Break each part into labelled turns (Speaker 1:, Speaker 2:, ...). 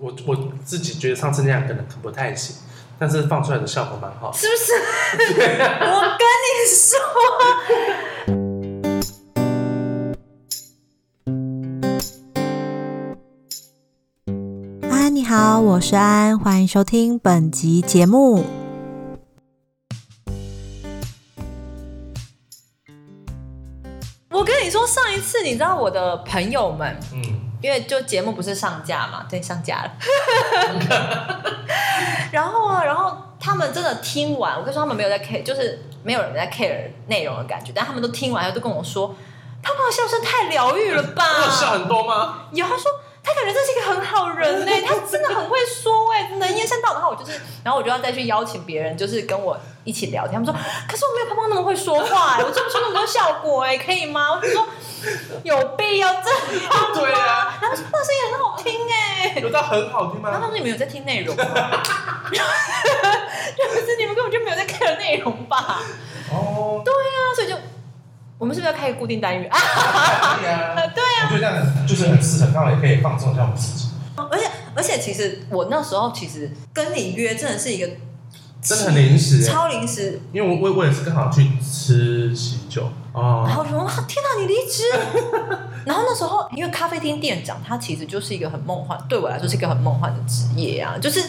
Speaker 1: 我我自己觉得上次那样可能不太行，但是放出来的效果蛮好的。
Speaker 2: 是不是？我跟你说，
Speaker 3: 安，你好，我是安，欢迎收听本集节目。
Speaker 2: 我跟你说，上一次你知道我的朋友们，
Speaker 1: 嗯，
Speaker 2: 因为就节目不是上架嘛，对，上架了。然后啊，然后他们真的听完，我跟你说他们没有在 care，就是没有人在 care 内容的感觉，但他们都听完，都跟我说，他们的笑声太疗愈了吧？
Speaker 1: 我有笑很多 吗？
Speaker 2: 有，他说他感觉这是一个很好人呢、欸 他真的很会说哎、能言善道。然后我就是，然后我就要再去邀请别人，就是跟我一起聊天。他们说，可是我没有泡泡那么会说话、欸 我做不出那么多效果哎、可以吗？我就说有必要这样吗？
Speaker 1: 对啊
Speaker 2: 然后说那声音很好听哎、
Speaker 1: 有到很好听
Speaker 2: 然后他
Speaker 1: 吗？
Speaker 2: 说你们有在听内容吗？ 就是你们根本就没有在 care 内容吧？
Speaker 1: 哦，
Speaker 2: 那啊所以就我们是不是要开一个固定单元啊？
Speaker 1: 对啊，
Speaker 2: 对啊。
Speaker 1: 我觉得这样就是很适合，刚好也可以放松一下我们自己，
Speaker 2: 而且而且，其实我那时候其实跟你约，真的是一个
Speaker 1: 真的很临时欸。
Speaker 2: 超临时，
Speaker 1: 因为我我我也是刚好去吃喜酒哦
Speaker 2: 然，后我说哇，天哪，你 离职！然后那时候，因为咖啡厅店长他其实就是一个很梦幻，对我来说是一个很梦幻的职业啊，就是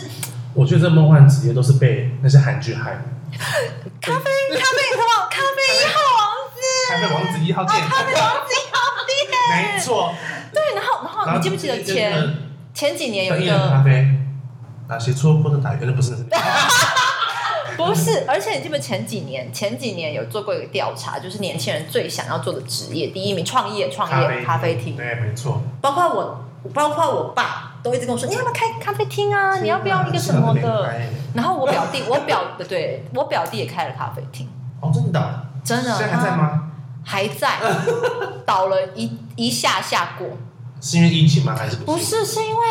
Speaker 1: 我觉得这梦幻职业都是被那些韩剧害的。
Speaker 2: 咖啡咖啡什么咖啡一号王子，
Speaker 1: 咖啡王子一号店，
Speaker 2: 啊咖啡王子 一号店，
Speaker 1: 没错。
Speaker 2: 对，然后然后
Speaker 1: 然后
Speaker 2: 你记不记得
Speaker 1: 那个
Speaker 2: 前前几年有
Speaker 1: 像
Speaker 2: 一
Speaker 1: 一人
Speaker 2: 个
Speaker 1: 咖啡，哪些戳破的打原来不是那 是
Speaker 2: 不是，而且你记不记得前几年，前几年有做过一个调查，就是年轻人最想要做的职业，第一名创业，创业哦咖啡厅，
Speaker 1: 对，没错。
Speaker 2: 包括我，包括我爸都一直跟我说，你要不要开咖啡厅啊？你要不要一个什么
Speaker 1: 是啊
Speaker 2: 的？？然后我表弟， 我表对我表弟也开了咖啡厅，
Speaker 1: 哦，真的啊，
Speaker 2: 真的，啊
Speaker 1: 现在还在？吗？
Speaker 2: 还在，倒了一一下下过，
Speaker 1: 是因为疫情吗？还是
Speaker 2: 不
Speaker 1: 不是？
Speaker 2: 是，是因为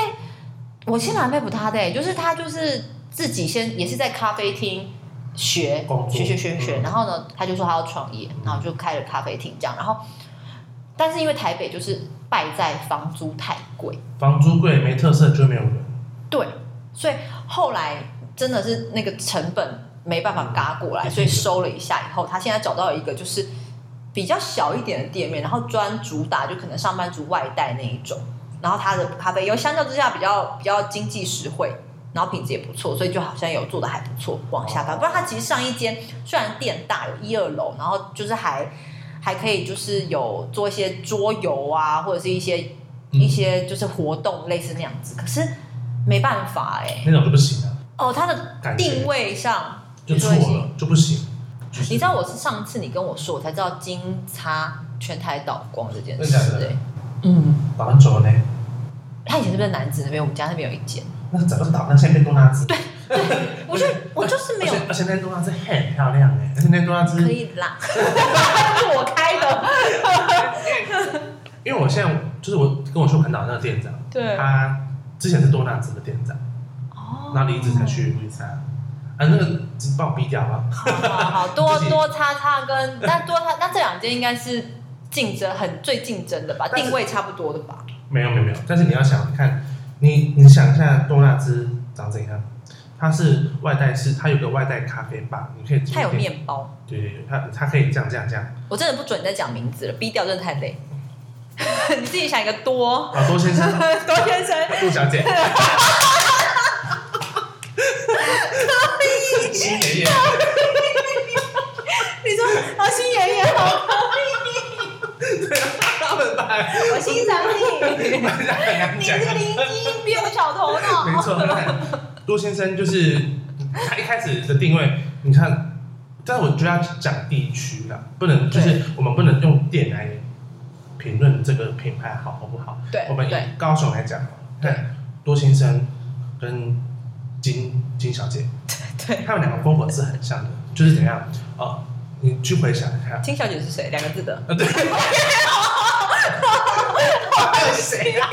Speaker 2: 我其实蛮佩服他的、欸就是他就是自己先也是在咖啡厅学
Speaker 1: 工作
Speaker 2: 学学学学，
Speaker 1: 嗯
Speaker 2: 然后呢，他就说他要创业，然后就开了咖啡厅这样，然后但是因为台北就是败在房租太贵，
Speaker 1: 房租贵，没特色就没有人。
Speaker 2: 对，所以后来真的是那个成本没办法嘎过来，
Speaker 1: 嗯
Speaker 2: 所以收了一下以后，他现在找到一个就是比较小一点的店面，然后专主打就可能上班族外带那一种，然后他的咖啡又相较之下比较比较经济实惠。然后品质也不错，所以就好像有做的还不错，往下翻。不然他其实上一间虽然店大有一二楼，然后就是还还可以就是有做一些桌游啊，或者是一些
Speaker 1: 嗯
Speaker 2: 一些就是活动类似那样子，可是没办法哎、
Speaker 1: 那种就不行了，
Speaker 2: 哦，它的
Speaker 1: 感觉
Speaker 2: 定位上
Speaker 1: 就错了，就不行。就是
Speaker 2: 你知道我是上次你跟我说，我才知道金叉全台倒光这件
Speaker 1: 真
Speaker 2: 事
Speaker 1: 的假的
Speaker 2: 哎、嗯，
Speaker 1: 打完走了呢？
Speaker 2: 他以前是不是在南子那边？我们家那边有一间，
Speaker 1: 那个早就打，那现在变多纳兹。对，
Speaker 2: 我就我就是没有
Speaker 1: 而且而且那多纳兹很漂亮哎，而且那多纳兹
Speaker 2: 可以啦，是我开的，
Speaker 1: 因为我现在就是我跟我说很岛那个店长，
Speaker 2: 对，
Speaker 1: 他之前是多纳兹的店长，
Speaker 2: 哦
Speaker 1: 然后离职才，去微山，啊，那个把我逼掉吧。
Speaker 2: 好好多
Speaker 1: 自己
Speaker 2: 多叉叉跟那多叉那这两间应该是竞争很最竞争的吧，
Speaker 1: 但是
Speaker 2: 定位差不多的吧，
Speaker 1: 没有没有没有，但是你要想看，你你想一下多纳兹长怎样？它是外带式，它有个外带咖啡吧，你可以
Speaker 2: 它有
Speaker 1: 面，
Speaker 2: 面包。
Speaker 1: 对对对，它它可以这样这样这样，
Speaker 2: 我真的不准你再讲名字了，逼掉真的太累。 你自己想一个多
Speaker 1: 啊，多先生，
Speaker 2: 多先生，
Speaker 1: 杜小姐，新爷 爷，
Speaker 2: 你说啊，新爷爷好，
Speaker 1: 他 们来，
Speaker 2: 我欣赏你，
Speaker 1: 大家很难
Speaker 2: 你
Speaker 1: 讲
Speaker 2: 这，个灵机应变的小头 脑。
Speaker 1: 没错，多先生就是他一开始的定位，你看，但是我觉得要讲地区啦，不能就是我们不能用店来评论这个品牌好或不好。
Speaker 2: 对
Speaker 1: 我们
Speaker 2: 对
Speaker 1: 以高雄来讲，看多先生跟金金小姐，
Speaker 2: 对，
Speaker 1: 他们两个风格是很像的，就是怎样哦，你去回想 一下，
Speaker 2: 金小姐是谁？两个字的。
Speaker 1: 啊对， 还有谁啊？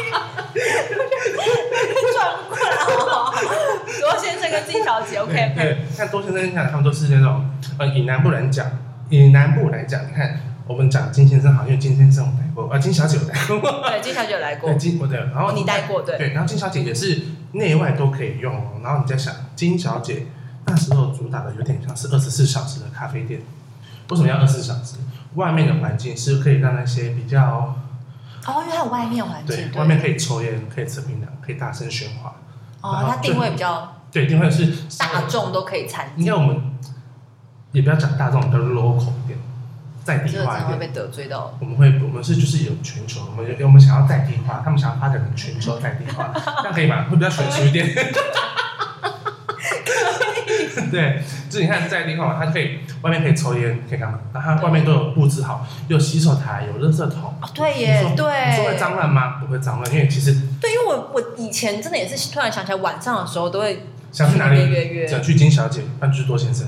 Speaker 2: 转不过来好多先生跟金小姐
Speaker 1: 对
Speaker 2: ，OK，嗯
Speaker 1: 对，像多先生你看他们都是那种呃，以南部来讲，以南部来讲，你看我们讲金先生好，因为啊金先生我 带过，呃，金小姐我带过，
Speaker 2: 对，金小姐有来过
Speaker 1: 对，金我对，然后
Speaker 2: 哦你带过对
Speaker 1: 对，然后金小姐也是内外都可以用哦。然后你在想，金小姐那时候主打的有点像是二十四小时的咖啡店，为什么要
Speaker 2: 嗯
Speaker 1: 二十四小时？外面的环境是可以让那些比较
Speaker 2: 哦，因为它有外面环
Speaker 1: 对
Speaker 2: 境，
Speaker 1: 外面可以抽烟，可以吃槟榔，可以大声喧哗。
Speaker 2: 哦，它定位比较
Speaker 1: 对，一定会是
Speaker 2: 大众都可以参
Speaker 1: 应
Speaker 2: 加，
Speaker 1: 该我们也不要讲大众，比较 local 一点，在
Speaker 2: 这
Speaker 1: 地
Speaker 2: 个
Speaker 1: 化
Speaker 2: 真的
Speaker 1: 一
Speaker 2: 会
Speaker 1: 点。
Speaker 2: 被得罪到。
Speaker 1: 我们会，我们是就是有全球，我们有我们想要在地化，他们想要发展成全球在地 化，这样可以吗？会比较学术一点。对，就是你看在地化嘛，它可以外面可以抽烟，可以干嘛？然后它外面都有布置好，有洗手台，有垃圾桶。
Speaker 2: 哦，对
Speaker 1: 你
Speaker 2: 耶，
Speaker 1: 说你说会
Speaker 2: 对，
Speaker 1: 脏乱吗？不会脏乱，因为其实
Speaker 2: 对，因为我我以前真的也是突然想起来，晚上的时候都会，
Speaker 1: 想去哪里
Speaker 2: 约约，约
Speaker 1: 想去金小姐，那就是多先生。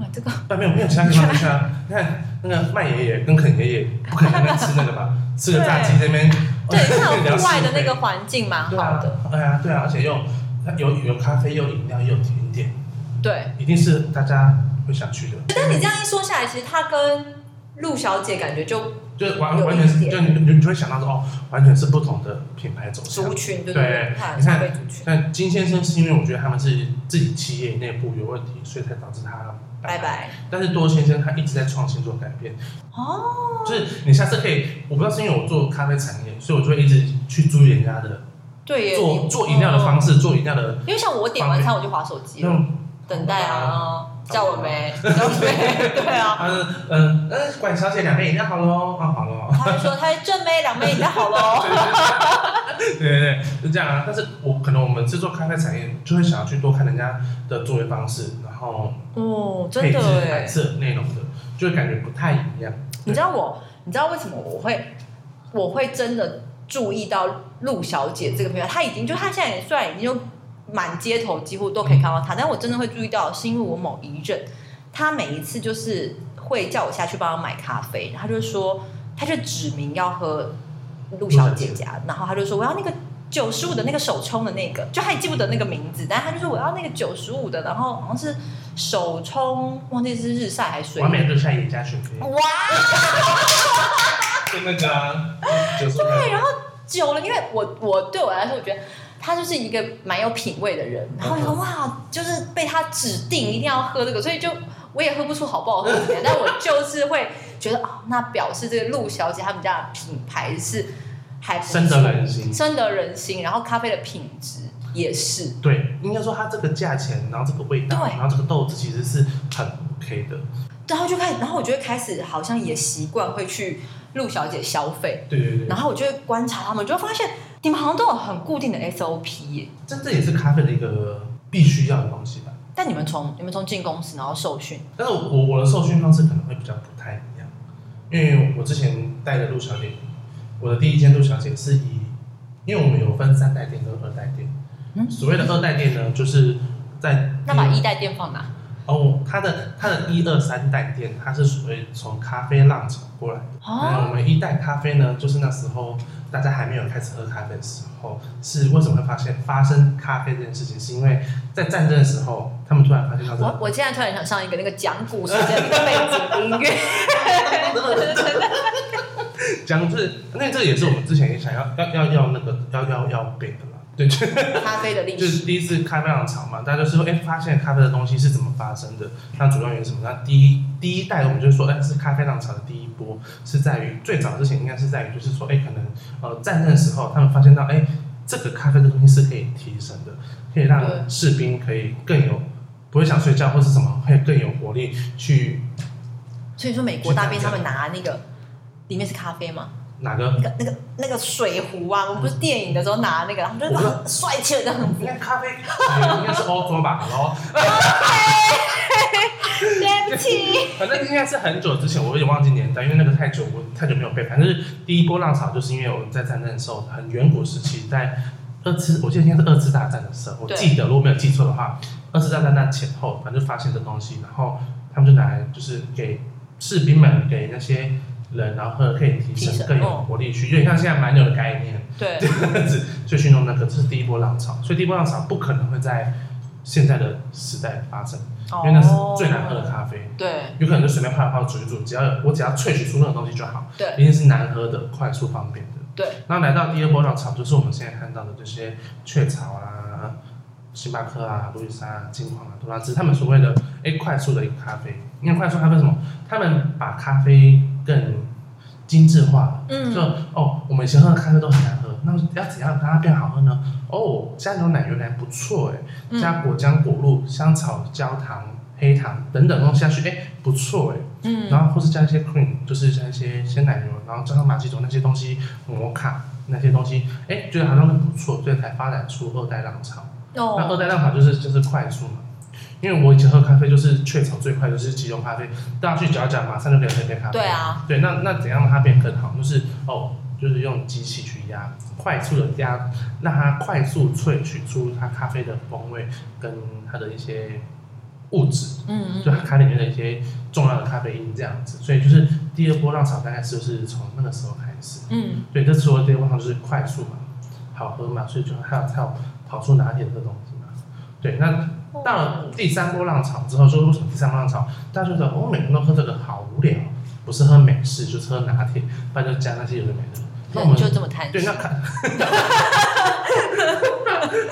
Speaker 2: 哇，这个
Speaker 1: 但没有没有其他地方可以去啊。你看那个麦爷爷跟肯爷爷，不可能在那边吃那个 吧？吃个炸鸡在那边，
Speaker 2: 对，它有
Speaker 1: 聊
Speaker 2: 户外的
Speaker 1: 是非
Speaker 2: 那个环境蛮
Speaker 1: 啊对
Speaker 2: 好
Speaker 1: 啊
Speaker 2: 的，，
Speaker 1: 对啊，对啊，而且又它有有咖啡，又有饮料，又有甜点，
Speaker 2: 对。
Speaker 1: 一定是大家会想去的。
Speaker 2: 但你这样一说下来，其实他跟陆小姐感觉就
Speaker 1: 就是完
Speaker 2: 有一
Speaker 1: 完全是，
Speaker 2: 点
Speaker 1: 就你你就会想到说哦，完全是不同的品牌走向
Speaker 2: 族。群对不
Speaker 1: 对
Speaker 2: 对？他
Speaker 1: 你看
Speaker 2: 消费族群，
Speaker 1: 但金先生是因为我觉得他们是自己企业内部有问题，所以才导致他
Speaker 2: 拜。拜
Speaker 1: 但是多先生他一直在创新做改变，
Speaker 2: 哦，
Speaker 1: 就是你下次可以，我不知道是因为我做咖啡产业，所以我就会一直去注意人家的
Speaker 2: 对耶，
Speaker 1: 做
Speaker 2: 你
Speaker 1: 做饮料的方，式，嗯做饮料的
Speaker 2: 哦因为像我点完餐我就划手机
Speaker 1: 那
Speaker 2: 了，
Speaker 1: 种，
Speaker 2: 等待
Speaker 1: 嗯
Speaker 2: 啊，叫我没，叫我没， 对啊。
Speaker 1: 啊嗯嗯，管小姐两杯饮料好喽，啊好喽，
Speaker 2: 他就说他是正妹两妹，你好喽。
Speaker 1: 对对对，是这样啊。但是我可能我们是做咖啡产业，就会想要去多看人家的作业方式，然后
Speaker 2: 哦，
Speaker 1: 配
Speaker 2: 真
Speaker 1: 置
Speaker 2: 的
Speaker 1: 蓝
Speaker 2: 哎，
Speaker 1: 色内容的，就会感觉不太一样。
Speaker 2: 你知道我，你知道为什么我会我会真的注意到陆小姐这个朋友？她已经就她现在也虽然已经就满街头几乎都可以看到她，但我真的会注意到，是因为我某一任，她每一次就是会叫我下去帮她买咖啡，然后她就说，她就指明要喝陆小姐家，然后她就说我要那个。九十五的那个手冲的那个，就她也记不得那个名字，但她就说我要那个九十五的，然后好像是手冲，忘记是日晒还是水
Speaker 1: 完美日晒也加雪菲，
Speaker 2: 哇，
Speaker 1: 就那个啊就是那个
Speaker 2: 对，然后久了，因为我我对我来说，我觉得他就是一个蛮有品味的人，然后我说哇，就是被他指定一定要喝这个，所以就我也喝不出好不好喝怎么样， 但我就是会觉得哦，那表示这个陆小姐他们家的品牌是还不
Speaker 1: 深得人心。
Speaker 2: 深得人心，然后咖啡的品质也是，
Speaker 1: 对，应该说它这个价钱，然后这个味道，
Speaker 2: 对
Speaker 1: 然后这个豆子其实是很 OK 的。
Speaker 2: 然后就开始，然后我就会开始好像也习惯会去陆小姐消费，
Speaker 1: 对对对
Speaker 2: 然，后我就会观察他们，就会发现你们好像都有很固定的 SOP 耶、
Speaker 1: 这这也是咖啡的一个必须要的东西吧。
Speaker 2: 但你们从你们从进公司然后受训，
Speaker 1: 但是我我我的受训方式可能会比较不太一样，因为我之前带的陆小姐，我的第一间陆小姐是以，因为我们有分三代店跟二代店，
Speaker 2: 嗯
Speaker 1: 所谓的二代店呢，就是在
Speaker 2: 那把一代店放哪？
Speaker 1: 哦，它的它的一二三代店，它是属于从咖啡浪潮过来的。那我
Speaker 2: 哦，
Speaker 1: 们一代咖啡呢，就是那时候大家还没有开始喝咖啡的时候，是为什么会发现发生咖啡这件事情？是因为在战争的时候，他们突然发现到这
Speaker 2: 我我现在突然想上一个那个讲古时的那个背景音乐，
Speaker 1: 讲就是，那这个也是我们之前也想要要要要那个要要要背的啦。对，就
Speaker 2: 咖啡的历
Speaker 1: 就
Speaker 2: 史。
Speaker 1: 是第一次咖啡浪潮嘛，大家就说，哎、发现咖啡的东西是怎么发生的？那主要原因是什么？那第一第一代我们就说，哎、是咖啡浪潮的第一波，是在于最早之前应该是在于，就是说，哎、可能呃战争的时候，他们发现到，哎、这个咖啡的东西是可以提升的，可以
Speaker 2: 对
Speaker 1: 让士兵可以更有不会想睡觉或是什么，会更有活力去
Speaker 2: 所以说美国大兵他们拿那个里面是咖啡吗？
Speaker 1: 哪个
Speaker 2: 那个那个那个水壶啊，我们不是电影的时候拿那个，然后就
Speaker 1: 我不知
Speaker 2: 很帅气的这样子。
Speaker 1: 应该咖啡，哎应该是欧洲吧，然后
Speaker 2: 对不起，
Speaker 1: 反正应该是很久之前，我有点忘记年代，因为那个太久，我太久没有背。反正是第一波浪潮，就是因为我们在战争的时候，很远古时期，在二次，我记得应该是二次大战的时候，我
Speaker 2: 对
Speaker 1: 记得如果没有记错的话，二次大战那前后，反正就发现这东西，然后他们就拿来就是给士兵们给那些人，然后喝可以提
Speaker 2: 提
Speaker 1: 升
Speaker 2: 升
Speaker 1: 更有
Speaker 2: 哦
Speaker 1: 活力去，有点像现在蛮牛的概念。
Speaker 2: 对，
Speaker 1: 这样子去去弄那个，这是第一波浪潮，所以第一波浪潮不可能会在现在的时代发生，因为那是最难喝的
Speaker 2: 哦。
Speaker 1: 咖啡。
Speaker 2: 对
Speaker 1: 有可能就随便泡一泡煮一煮，只要有我只要萃取出那个东西就好，
Speaker 2: 对
Speaker 1: 一定是难喝的、快速方便的。
Speaker 2: 对，
Speaker 1: 然后来到第二波浪潮，就是我们现在看到的这些雀巢啦、啊星巴克啊、路易莎、啊、金矿啊、多拉兹他们所谓的哎快速的一个咖啡，因为快速咖啡是什么？他们把咖啡更精致化了。
Speaker 2: 嗯
Speaker 1: 就哦，我们以前喝的咖啡都很难喝，那要怎样让它变好喝呢？哦，加牛奶原来不错哎，
Speaker 2: 嗯
Speaker 1: 加果浆、果露、香草、焦糖、黑糖等等东西下去，哎，不错哎。
Speaker 2: 嗯
Speaker 1: 然后或是加一些 cream，就是加一些鲜奶油，然后加上马奇朵那些东西，摩卡那些东西，哎，觉得好像很不错，所以才发展出二代浪潮。那二
Speaker 2: 哦，
Speaker 1: 代浪潮就是就是快速嘛，因为我以前喝咖啡就是雀巢最快就是即溶咖啡，大家去搅一搅，马上就可以喝一杯咖啡。
Speaker 2: 对啊，
Speaker 1: 对，那那怎样让它变更好？就是哦，就是用机器去压，快速的压，让它快速萃取出它咖啡的风味跟它的一些物质，
Speaker 2: 嗯
Speaker 1: 就
Speaker 2: 嗯
Speaker 1: 它咖啡里面的一些重要的咖啡因这样子。所以就是第二波浪潮大概就是从那个时候开始。
Speaker 2: 嗯，
Speaker 1: 对，这除了第二波浪潮就是快速嘛，好喝嘛，所以就还有还有跑出拿铁这个东西嘛。对，那到了第三波浪潮之后，就是为什么第三波浪潮，大家觉得哦，每个人都喝这个好无聊，不是喝美式就是喝拿铁，不然就加那些有的没的。那我
Speaker 2: 对
Speaker 1: 们
Speaker 2: 就这么贪
Speaker 1: 对
Speaker 2: 心
Speaker 1: 那，看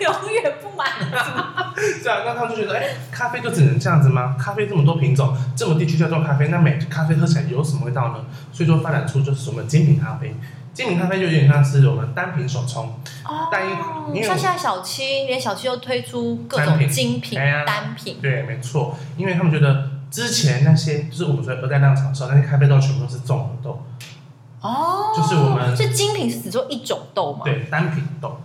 Speaker 2: 永远不满足。
Speaker 1: 对啊，那他们就觉得哎、咖啡就只能这样子吗？咖啡这么多品种，这么地区叫做咖啡，那每咖啡喝起来有什么味道呢？所以就发展出就是我们精品咖啡。精品咖啡就有点像是我们单品手冲，但
Speaker 2: 哦
Speaker 1: 因，为
Speaker 2: 像现在小七，连小七又推出各
Speaker 1: 单
Speaker 2: 种
Speaker 1: 品
Speaker 2: 精品
Speaker 1: 哎呀
Speaker 2: 单品，
Speaker 1: 对，没错，因为他们觉得之前那些就是我们说二代浪潮的时候，那些咖啡豆全部都是综合豆，
Speaker 2: 哦，
Speaker 1: 就是我们
Speaker 2: 所以精品是只做一种豆嘛？，
Speaker 1: 对，单品豆，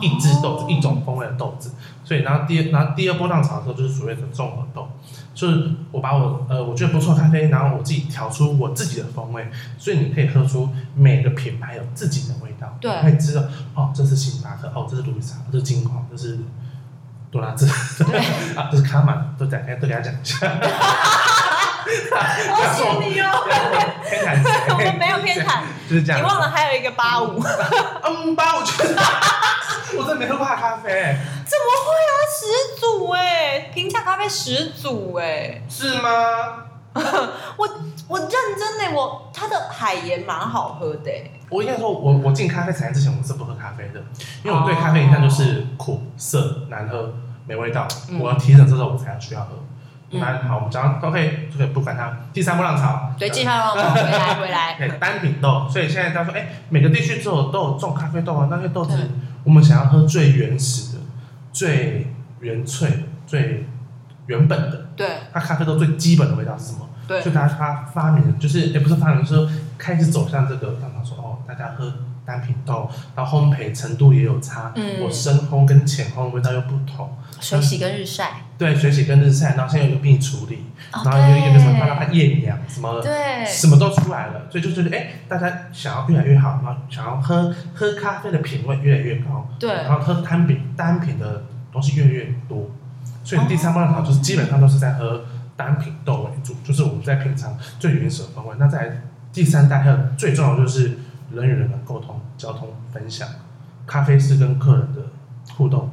Speaker 1: 一支豆子、一种风味的豆子。所以，然后第二，然后第二波浪潮的时候，就是所谓的综合豆，就是我把我呃我觉得不错的咖啡，然后我自己调出我自己的风味，所以你可以喝出每个品牌有自己的味道，
Speaker 2: 对
Speaker 1: 你可以知道哦，这是星巴克，哦，这是路易莎，这是金矿，这是多拉兹， 啊，这是卡玛，都展开都给他讲一 下。
Speaker 2: 恭喜 你哦！
Speaker 1: 啊偏袒谁
Speaker 2: 我们没有偏袒，
Speaker 1: 就是这样。
Speaker 2: 你忘了还有一个八五，怎 么会
Speaker 1: 嗯吧？我觉得 我真的没喝过他的咖啡，
Speaker 2: 啊？始祖哎、平价咖啡始祖哎、
Speaker 1: 是吗？
Speaker 2: 我认真的、我它的海盐蛮好喝的、欸，
Speaker 1: 我应该说我，我进咖啡产业之前，我是不喝咖啡的，因为我对咖啡印象就是苦涩、难喝、没味道。
Speaker 2: 嗯
Speaker 1: 我要提神之后，我才需要喝。
Speaker 2: 嗯
Speaker 1: 那、好，我们讲到 OK，这个不管它。第三波浪潮，呃
Speaker 2: 对，继续让我们回来回来，
Speaker 1: 对， 单品豆，所以现在他说，哎、每个地区都有都有种咖啡豆啊，那些豆子
Speaker 2: 对
Speaker 1: 我们想要喝最原始的、最原萃的、最原本的，
Speaker 2: 对
Speaker 1: 它咖啡豆最基本的味道是什么？
Speaker 2: 对
Speaker 1: 所以大家发发明就是，也、不是发明，就是开始走向这个，让他说哦，大家喝单品豆，然后烘焙程度也有差，
Speaker 2: 嗯
Speaker 1: 我深烘跟浅烘的味道又不同，
Speaker 2: 水洗跟日晒，
Speaker 1: 对，水洗跟日晒，然后现在有个蜜处理，
Speaker 2: 哦
Speaker 1: 然后又又有什么让它艳阳什么
Speaker 2: 对对
Speaker 1: 什么都出来了，所以就觉得哎、大家想要越来越好，然后想要喝喝咖啡的品味越来越高，
Speaker 2: 对
Speaker 1: 然后喝单品单品的东西越来越多，所以第三波浪潮就是基本上都是在喝单品豆为主，就是我们在品尝最原始的风味。那在第三代还有最重要的就是人与人的沟通、交通、分享，咖啡师跟客人的互动。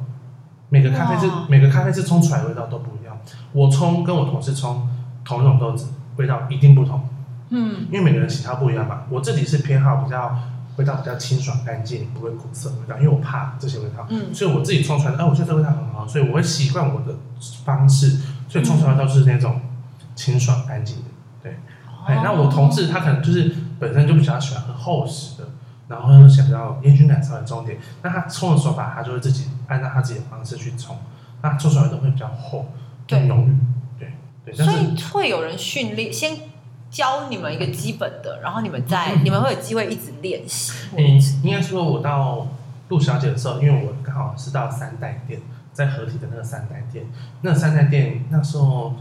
Speaker 1: 每个咖啡是
Speaker 2: 哇
Speaker 1: 每个咖啡是冲出来的味道都不一样，我冲跟我同事冲同一种豆子，味道一定不同。
Speaker 2: 嗯
Speaker 1: 因为每个人喜好不一样嘛。我自己是偏好比较味道比较清爽干净，不会苦涩的味道，因为我怕这些味道，
Speaker 2: 嗯
Speaker 1: 所以我自己冲出来，哎、我觉得这个味道很好，所以我会习惯我的方式，所以冲出来的味道就是那种清爽干净的。对，
Speaker 2: 哦
Speaker 1: 哎、那我同事他可能就是本身就比较喜欢喝厚实的。然后想要烟熏感稍微重一点，那他冲的手法，他就会自己按照他自己的方式去冲，那冲出来的会比较厚、
Speaker 2: 对
Speaker 1: 更浓郁，对对。但
Speaker 2: 所
Speaker 1: 是
Speaker 2: 以会有人训练，先教你们一个基本的，然后你们再、你们会有机会一直练习。
Speaker 1: 嗯，应该说，我到陆小姐的时候，因为我刚好是到三代店，在合体的那个三代店，那三代店那时候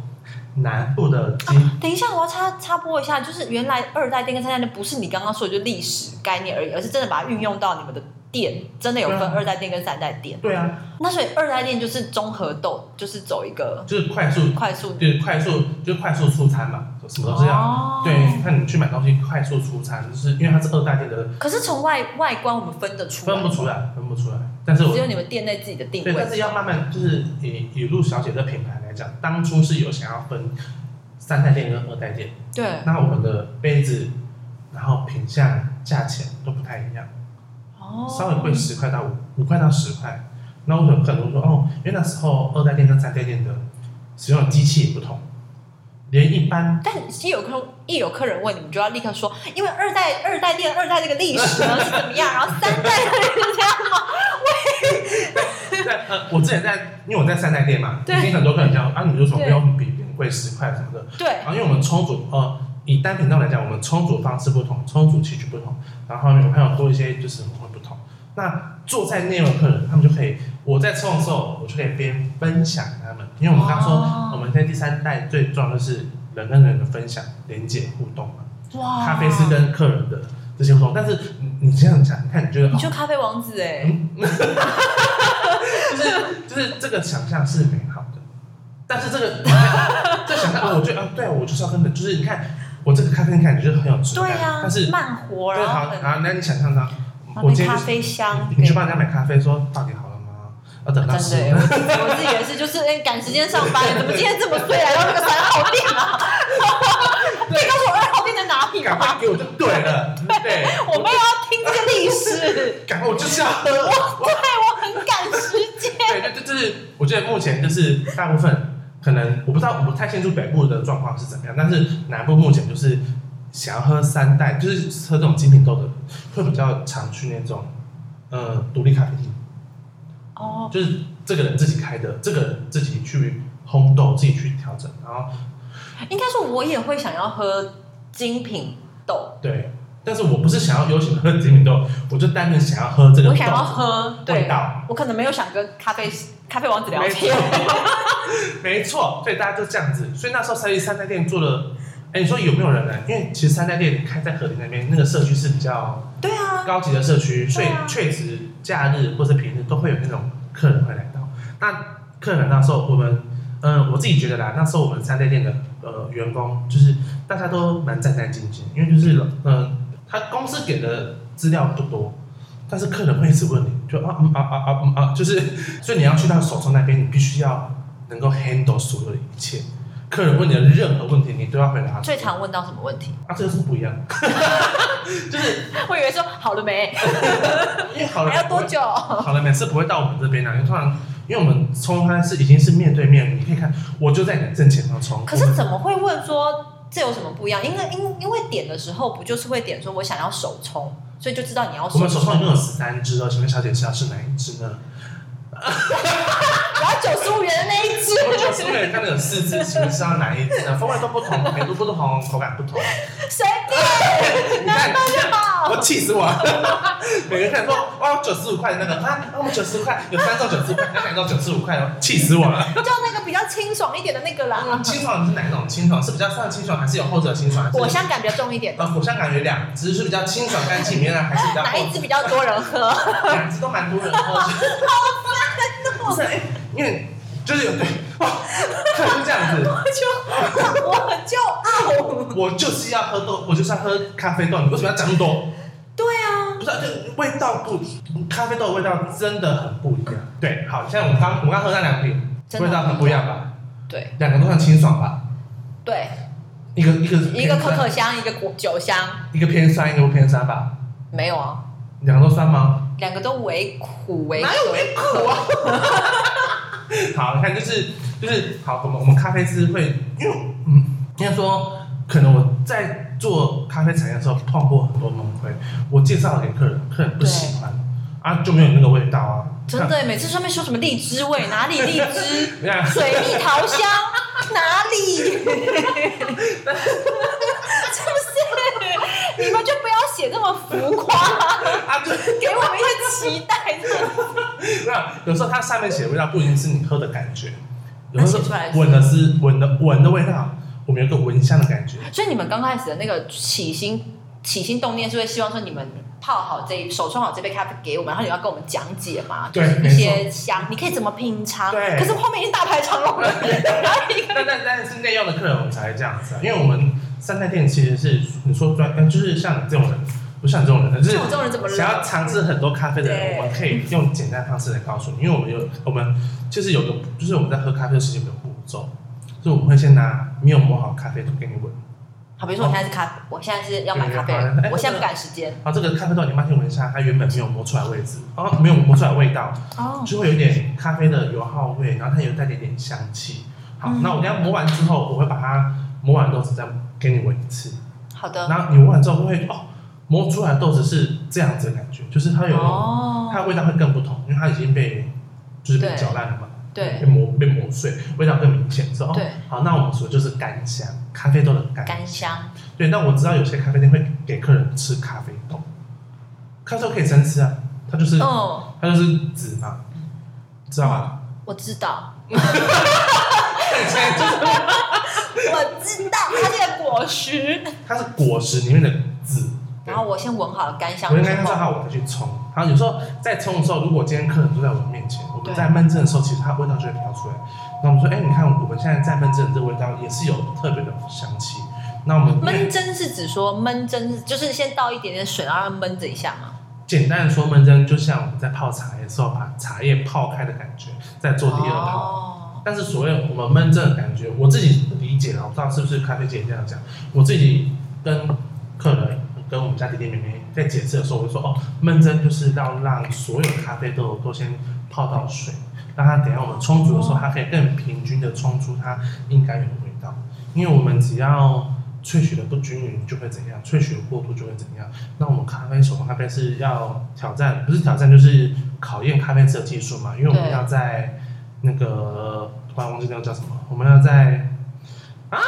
Speaker 1: 南部的金、
Speaker 2: 等一下，我要插插播一下，就是原来二代店跟三代店不是你刚刚说的就历史概念而已，而是真的把它运用到你们的店，真的有分
Speaker 1: 对啊
Speaker 2: 二代店跟三代店。
Speaker 1: 对啊，
Speaker 2: 那所以二代店就是综合豆，就是走一个
Speaker 1: 就是快速，
Speaker 2: 快速
Speaker 1: 就是快速，就是快速出餐嘛，什么都是这样。
Speaker 2: 哦
Speaker 1: 对，看你去买东西快速出餐，就是因为它是二代店的，
Speaker 2: 可是从外外观我们分得出来，
Speaker 1: 分不出来，分不出来。但是我
Speaker 2: 只有你们店内自己的定
Speaker 1: 对，但
Speaker 2: 位。
Speaker 1: 是要慢慢就是以以陆小姐这品牌来讲，当初是有想要分三代店跟二代店。
Speaker 2: 对，
Speaker 1: 那我们的杯子，然后品相、价钱都不太一样，
Speaker 2: 哦
Speaker 1: 稍微贵十块到五五块到十块。那我可能可能说哦，因为那时候二代店跟三代店的使用的机器也不同，连一般
Speaker 2: 但一有客人一有客人问你们，就要立刻说，因为二代二代店二代这个历史呢是怎么样，然后三代是这样 吗？
Speaker 1: 在呃，我之前在，因为我在三代店嘛，
Speaker 2: 对
Speaker 1: 已经很多客人讲，啊，你就说
Speaker 2: 对
Speaker 1: 不用比别人贵十块什么的，
Speaker 2: 对
Speaker 1: 然，后因为我们充足呃，以单品上来讲，我们充足方式不同，充足器具不同，然后有还有多一些就是我们会不同。那坐在内容客人，他们就可以，我在冲的时候，我就可以边分享他们，因为我们刚说，
Speaker 2: 哦
Speaker 1: 我们现在第三代最重要的是人跟人的分享、连接互动嘛，
Speaker 2: 哇，
Speaker 1: 咖啡师跟客人的这些互动。但是你你这样想，你看你觉得
Speaker 2: 你
Speaker 1: 哦
Speaker 2: 就咖啡王子哎、
Speaker 1: 嗯就是就是这个想象是美好的，但是这个 这想象，我觉得啊，对啊，我就是要跟着，就是你看我这个咖啡店感觉就是很有质感，
Speaker 2: 对呀、
Speaker 1: 但是
Speaker 2: 慢活，
Speaker 1: 对
Speaker 2: 然
Speaker 1: 好
Speaker 2: 后很
Speaker 1: 啊，那你想象到
Speaker 2: 然后
Speaker 1: 我
Speaker 2: 那
Speaker 1: 今天
Speaker 2: 咖
Speaker 1: 就是
Speaker 2: 啡香，
Speaker 1: 你去
Speaker 2: 对
Speaker 1: 帮人家买咖啡，说到底好了吗？要等到
Speaker 2: 真的
Speaker 1: 十
Speaker 2: 欸，我自己我自己也是，就是哎，赶时间上班，怎么今天这么啊碎来到这个三号店啊？ 可以告诉我二号店在哪里
Speaker 1: 赶
Speaker 2: 吗？
Speaker 1: 快给我就对了， 对，
Speaker 2: 我没有要听这个历史，
Speaker 1: 赶快我就是要喝，我
Speaker 2: 很赶时间。
Speaker 1: 对，就就是我觉得目前就是大部分可能我不知道，我不太清楚北部的状况是怎么样，但是南部目前就是想要喝三代，就是喝这种精品豆的，会比较常去那种呃独立咖啡厅，
Speaker 2: 哦，
Speaker 1: 就是这个人自己开的，这个人自己去烘豆，自己去调整，然后
Speaker 2: 应该说我也会想要喝精品豆，
Speaker 1: 对，但是我不是想要优先喝精品豆，我就单纯想要喝这个
Speaker 2: 我
Speaker 1: 豆
Speaker 2: 想要
Speaker 1: 子
Speaker 2: 喝，
Speaker 1: 味
Speaker 2: 对，
Speaker 1: 道。
Speaker 2: 我可能没有想跟咖啡咖啡王子聊
Speaker 1: 没错
Speaker 2: 天。，
Speaker 1: 没错，所以大家就这样子。所以那时候三三代店做了，哎、你说有没有人来？因为其实三代店开在河林那边，那个社区是比较
Speaker 2: 对啊，
Speaker 1: 高级的社区，所以
Speaker 2: 对啊
Speaker 1: 确实假日或是平日都会有那种客人会来到。那客人那时候我们，嗯、我自己觉得啦，那时候我们三代店的呃员工就是大家都蛮战战兢兢，因为就是嗯、呃他公司给的资料不多。但是客人会一直问你，就啊嗯啊啊啊嗯啊，就是， 所以你要去到手冲那边，你必须要能够 handle 所有的一切。客人问你的任何问题，你都要回答他。
Speaker 2: 最常问到什么问题？
Speaker 1: 啊，这个是不一样， 就是
Speaker 2: 我以为说好了没，
Speaker 1: 因为好了
Speaker 2: 还要多久？
Speaker 1: 好了，每次不会到我们这边来，啊因为通常因为我们冲它是已经是面对面，你可以看，我就在你正前方冲。
Speaker 2: 可是怎么会问说这有什么不一样？因为因因为点的时候不就是会点说我想要手冲，所以就知道你要
Speaker 1: 我
Speaker 2: 手
Speaker 1: 们手上一
Speaker 2: 冲
Speaker 1: 共，有十三只哦，请问小姐是要吃哪一只呢？
Speaker 2: 我要九十五元的那一只。
Speaker 1: 我九十五元看到有四只，请问是要哪一只呢？风味都不同，甜度不同，口感不同。
Speaker 2: 随便，
Speaker 1: 你
Speaker 2: 难
Speaker 1: 看
Speaker 2: 道就好？
Speaker 1: 我气死我了！ 每个看说哦九十五块的那个啊，我们九十五块有三到九十五块，有两到九十五块哦，气死我了！
Speaker 2: 就那个比较清爽一点的那 个啦。
Speaker 1: 清爽是哪一种清爽？是比较上的清爽，还是有后者的清爽？还是
Speaker 2: 果香感比较重一点的，
Speaker 1: 呃果香感觉两只是比较清爽干净，里面呢还是比较
Speaker 2: 哪
Speaker 1: 厚
Speaker 2: 一支比较多人喝？
Speaker 1: 两只都蛮多人喝。 不是，哎因为就是有对，哇，可能是这样子。
Speaker 2: 我就我很骄傲。
Speaker 1: 我就是要喝豆，我就是要喝咖啡豆，你为什么要讲那么多？
Speaker 2: 对啊，
Speaker 1: 不是，就味道不，咖啡豆的味道真的很不一样。对，好，现在我们刚我们刚喝那两瓶，
Speaker 2: 真的
Speaker 1: 味道很不一样吧？
Speaker 2: 对
Speaker 1: 两个都很清爽吧？
Speaker 2: 对，
Speaker 1: 一个一个
Speaker 2: 一个
Speaker 1: 偏
Speaker 2: 可
Speaker 1: 酸
Speaker 2: 可香，一个果酒香，
Speaker 1: 一个偏酸，一个不偏酸吧？
Speaker 2: 没有啊，
Speaker 1: 两个都酸吗？
Speaker 2: 两个都微苦微
Speaker 1: 哪有微苦啊？好，你看就是就是好，我们我们咖啡师会，因为嗯，应该说可能我在做咖啡产业的时候碰过很多蒙亏，我介绍给客人，客人不喜欢啊，就没有那个味道啊。
Speaker 2: 真的，每次上面说什么荔枝味，哪里荔枝？
Speaker 1: 你看，
Speaker 2: 水蜜桃香，哪里？是不是？你们就不要写这么浮夸，
Speaker 1: 啊，对。
Speaker 2: 给我们一些期待。
Speaker 1: 那有时候它上面写的味道不一定是你喝的感觉，有的时候
Speaker 2: 那写出来是
Speaker 1: 闻的是闻的闻的味道，我们有一个闻香的感觉。
Speaker 2: 所以你们刚开始的那个起心起心动念，是会希望说你们泡好这一手冲好这杯咖啡给我们，然后你要跟我们讲解嘛，
Speaker 1: 对
Speaker 2: 就是
Speaker 1: 没
Speaker 2: 一
Speaker 1: 错
Speaker 2: 些香，你可以怎么品尝？
Speaker 1: 对
Speaker 2: 可是后面已经大排长 龙了，然后你
Speaker 1: 但但但是内用的客人我们才会这样子啊，因为我们三代店其实是你说专，呃就是像你这种人，不像你这种人，就是
Speaker 2: 像我这种人怎么了
Speaker 1: 想要尝试很多咖啡的人，
Speaker 2: 对
Speaker 1: 我们可以用简单的方式来告诉你，因为我们有我们就是有个就是我们在喝咖啡的时候有个步骤，就是我们会先拿没有磨好的咖啡豆给你闻，
Speaker 2: 好，比如说我现在是咖，我现在是要买咖啡
Speaker 1: 对好的，
Speaker 2: 我现在不赶时间。
Speaker 1: 然后这个咖啡豆你慢性闻一下，它原本没有磨出来味子，哦，没有磨出来味道，
Speaker 2: 哦，
Speaker 1: 就会有点咖啡的油耗味，然后它有带点点香气。好，
Speaker 2: 嗯
Speaker 1: 那我等一下磨完之后，我会把它磨完豆子再给你闻一次，
Speaker 2: 好的。
Speaker 1: 然后你闻完之后会哦，磨出来的豆子是这样子的感觉，就是它有那种它
Speaker 2: 哦，
Speaker 1: 的味道会更不同，因为它已经被就是被搅烂了嘛，被
Speaker 2: 对
Speaker 1: 磨被磨碎，味道更明显。说哦，
Speaker 2: 对，
Speaker 1: 好，那我们说就是干香，咖啡豆的干。
Speaker 2: 干香。
Speaker 1: 对，那我知道有些咖啡店会给客人吃咖啡豆，咖啡豆可以生吃啊，它就是、
Speaker 2: 嗯，
Speaker 1: 它就是籽嘛，知道吧？
Speaker 2: 我知道，
Speaker 1: 就是
Speaker 2: 我知道，它是个果实。
Speaker 1: 它是果实里面的籽。
Speaker 2: 然后我先闻好了干香
Speaker 1: 我应
Speaker 2: 之
Speaker 1: 该知道
Speaker 2: 后，
Speaker 1: 它，我再去冲。然后有时候在冲的时候，如果今天客人坐在我们面前，我们在焖蒸的时候，其实它味道就会飘出来。那我们说，哎、你看我们现在在焖蒸的这个味道也是有特别的香气。那我们
Speaker 2: 焖蒸是指说焖蒸是就是先倒一点点水，然后让它焖着一下嘛。
Speaker 1: 简单的说，焖蒸就像我们在泡茶叶的时候把茶叶泡开的感觉，再做第二道。
Speaker 2: 哦，
Speaker 1: 但是所谓我们焖蒸的感觉，我自己理解了，我不知道是不是咖啡姐这样讲。我自己跟客人、跟我们家弟弟妹妹在解释的时候，我就说哦，焖蒸就是要让所有咖啡豆都先泡到水，让它等一下我们冲煮的时候，它可以更平均的冲出它应该有的味道。因为我们只要萃取的不均匀就会怎样，萃取的过度就会怎样。那我们咖啡手工咖啡是要挑战，不是挑战就是考验咖啡师的技术嘛？因为我们
Speaker 2: 对
Speaker 1: 要在那个突然忘记那个叫什么，我们要在啊，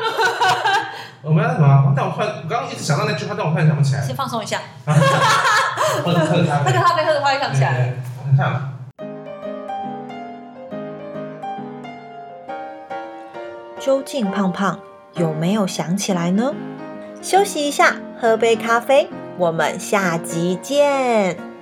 Speaker 1: 我们要什么？但我突然我刚刚一直想到那句话，但我突然想不起 来。
Speaker 2: 先放松一下，
Speaker 1: 喝喝咖
Speaker 2: 喝
Speaker 1: 啡
Speaker 2: 个，咖啡，喝个咖啡，想起来了。
Speaker 1: 对，很像。
Speaker 3: 究竟胖胖有没有想起来呢？休息一下，喝杯咖啡，我们下集见。